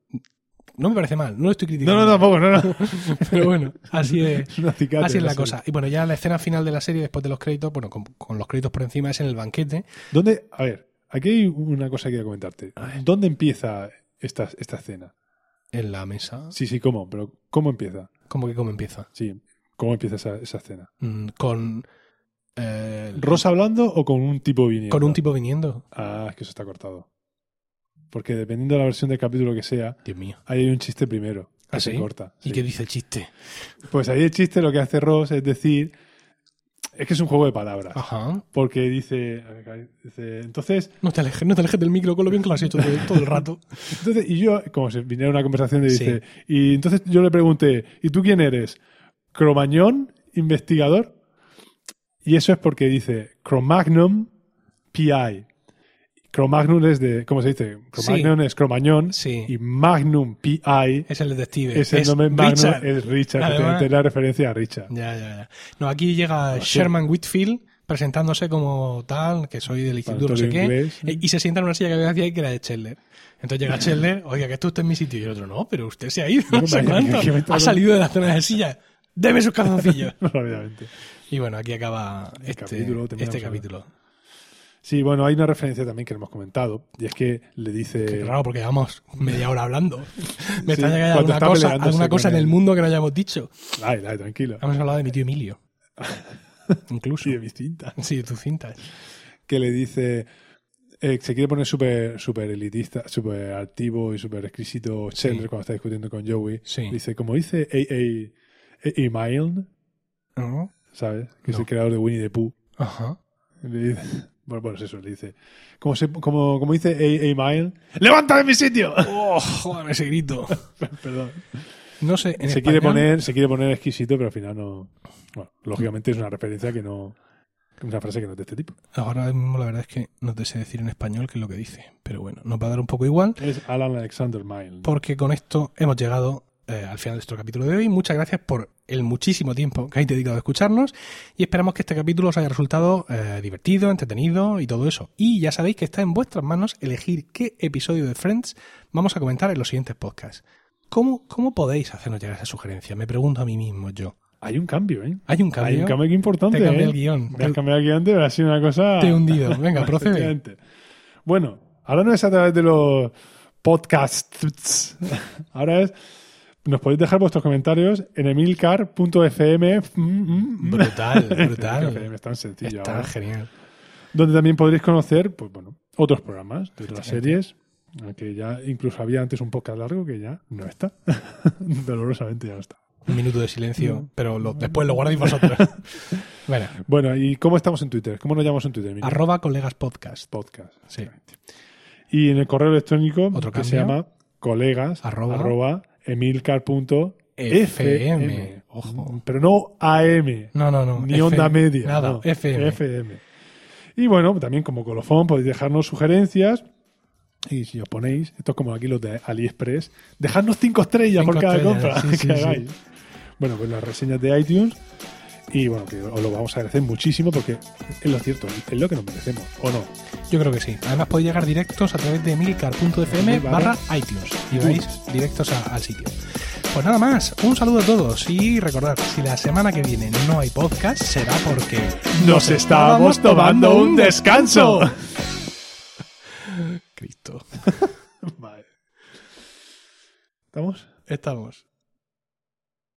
no me parece mal, no lo estoy
No,
criticando.
no, tampoco, no, no.
Pero bueno, así es.
Es una acicate,
Así es
no
la
sé.
cosa. Y bueno, ya la escena final de la serie, después de los créditos, bueno, con, con los créditos por encima, es en el banquete.
¿Dónde, a ver, aquí hay una cosa que quiero comentarte. ¿Dónde empieza esta, esta escena?
En la mesa.
Sí, sí, ¿cómo? Pero ¿cómo empieza?
¿Cómo que cómo empieza?
Sí, ¿cómo empieza esa, esa escena?
Mm, Con. eh,
¿Rosa hablando o con un tipo viniendo?
con un tipo viniendo.
Ah, es que eso está cortado. Porque dependiendo de la versión del capítulo que sea,
Dios mío.
ahí hay un chiste primero. Que
¿Ah,
se
sí?
corta.
¿Y
sí.
qué dice el chiste?
Pues ahí el chiste lo que hace Ross es decir. Es que es un juego de palabras.
Ajá.
Porque dice, a ver, dice, Entonces,
No te alejes, no te alejes del micro, con lo bien que lo has hecho todo, todo el rato.
entonces. Y yo, como si viniera una conversación, le
Sí.
dice. Y entonces yo le pregunté, ¿y tú quién eres? ¿Cromañón? ¿Investigador? Y eso es porque dice Cromagnum PI. Cromagnum es de. ¿Cómo se dice? Cromagnum es Cromañón.
Sí.
Y Magnum PI
Es el detective.
es el
es
nombre Magnum,
Richard.
es Richard.
Además-
efectivamente, es la referencia a Richard.
Ya, ya, ya. No, aquí llega
Ah,
Sherman Whitfield presentándose como tal, que soy del instituto no sé qué,
inglés.
e- y se sienta en una silla que había hacia ahí que era de Chandler. Entonces llega Chandler, oiga, que esto está en mi sitio, y el otro, no, pero usted se ha ido, no
No,
sé
vaya,
cuánto,
que me está-
ha salido de la zona de silla, deme sus calzoncillos.
Rápidamente.
Y bueno, aquí acaba este
capítulo,
capítulo.
terminamos
Este
ahora.
capítulo.
Sí, bueno, hay una referencia también que no hemos comentado, y es que le
Qué
dice...
raro, porque llevamos media hora hablando. Me
Sí,
está llegando
cuando
alguna
está
cosa,
peleándose
alguna cosa
con
en el
él.
mundo que no hayamos dicho.
Ay, ay, tranquilo.
Hemos hablado de mi tío Emilio. Incluso.
Y de mis cintas.
Sí, de tus cintas.
Que le dice... eh, se quiere poner súper súper elitista, súper activo y súper exquisito Chandler cuando está discutiendo con Joey.
Sí.
Dice, como dice A.A. A.A. Milne,
¿No?
¿sabes? Que es
No.
el creador de Winnie the Pooh.
Ajá.
Le dice, Bueno, bueno, es eso, le dice. Como, se- como, como dice A. A. Mile, ¡levanta de mi sitio!
¡Oh, joder, ese grito!
Perdón.
No sé, en
Se quiere,
español-
poner, se quiere poner exquisito, pero al final no. Bueno, lógicamente es una referencia que no. Una frase que no es de este tipo.
Ahora mismo la verdad es que no te sé decir en español qué es lo que dice, pero bueno, nos va a dar un poco igual.
Es Alan Alexander Mile.
porque con esto hemos llegado eh, al final de nuestro capítulo de hoy. Muchas gracias por el muchísimo tiempo que habéis dedicado a escucharnos y esperamos que este capítulo os haya resultado eh, divertido, entretenido y todo eso. Y ya sabéis que está en vuestras manos elegir qué episodio de Friends vamos a comentar en los siguientes podcasts. ¿Cómo, cómo podéis hacernos llegar esa sugerencia? Me pregunto a mí mismo yo.
Hay un cambio, ¿eh?
Hay un cambio.
Hay un cambio que importante.
Te cambié
¿eh?
el guión.
Me has
Te,
cambiado el guión, pero ha sido una cosa.
te he hundido. Venga, procede.
Efectivamente. Bueno, ahora no es a través de los podcasts. Ahora es. Nos podéis dejar vuestros comentarios en emilcar.fm. Mm, mm, mm.
Brutal,
FM,
brutal.
Es tan sencillo.
Está
ahora.
genial.
¿eh? Donde también podréis conocer, pues bueno, otros programas de otras
Efectivamente.
series. Que ya incluso había antes un podcast largo que ya no está. Dolorosamente ya no está.
Un minuto de silencio, pero lo- después lo guardáis vosotros. Mm. bueno,
Bueno, ¿y cómo estamos en Twitter? ¿Cómo nos llamamos en Twitter? Emilio?
arroba colegas podcast.
podcast.
Sí.
exactamente. Y en el correo electrónico
Otro
que se
cambio.
llama colegas
Arroba.
arroba emilcar.fm.
FM. Ojo.
Pero no AM,
No, no, no.
ni
FM,
onda media.
Nada,
no,
FM.
FM. Y bueno, también como colofón podéis dejarnos sugerencias. Y si os ponéis, esto es como aquí los de AliExpress, dejadnos cinco estrellas
Cinco
por cada
estrellas,
compra
sí,
que
sí, sí.
hagáis. Bueno, pues las reseñas de iTunes. Y bueno, que os lo vamos a agradecer muchísimo porque es lo cierto, es lo que nos merecemos, ¿o no?
Yo creo que sí. Además podéis llegar directos a través de milcar.fm barra
Barra
iTunes y vais directos a- al sitio. Pues nada más, un saludo a todos y recordad, si la semana que viene no hay podcast será porque
Nos estábamos tomando un descanso.
Cristo.
Vale. ¿Estamos?
Estamos.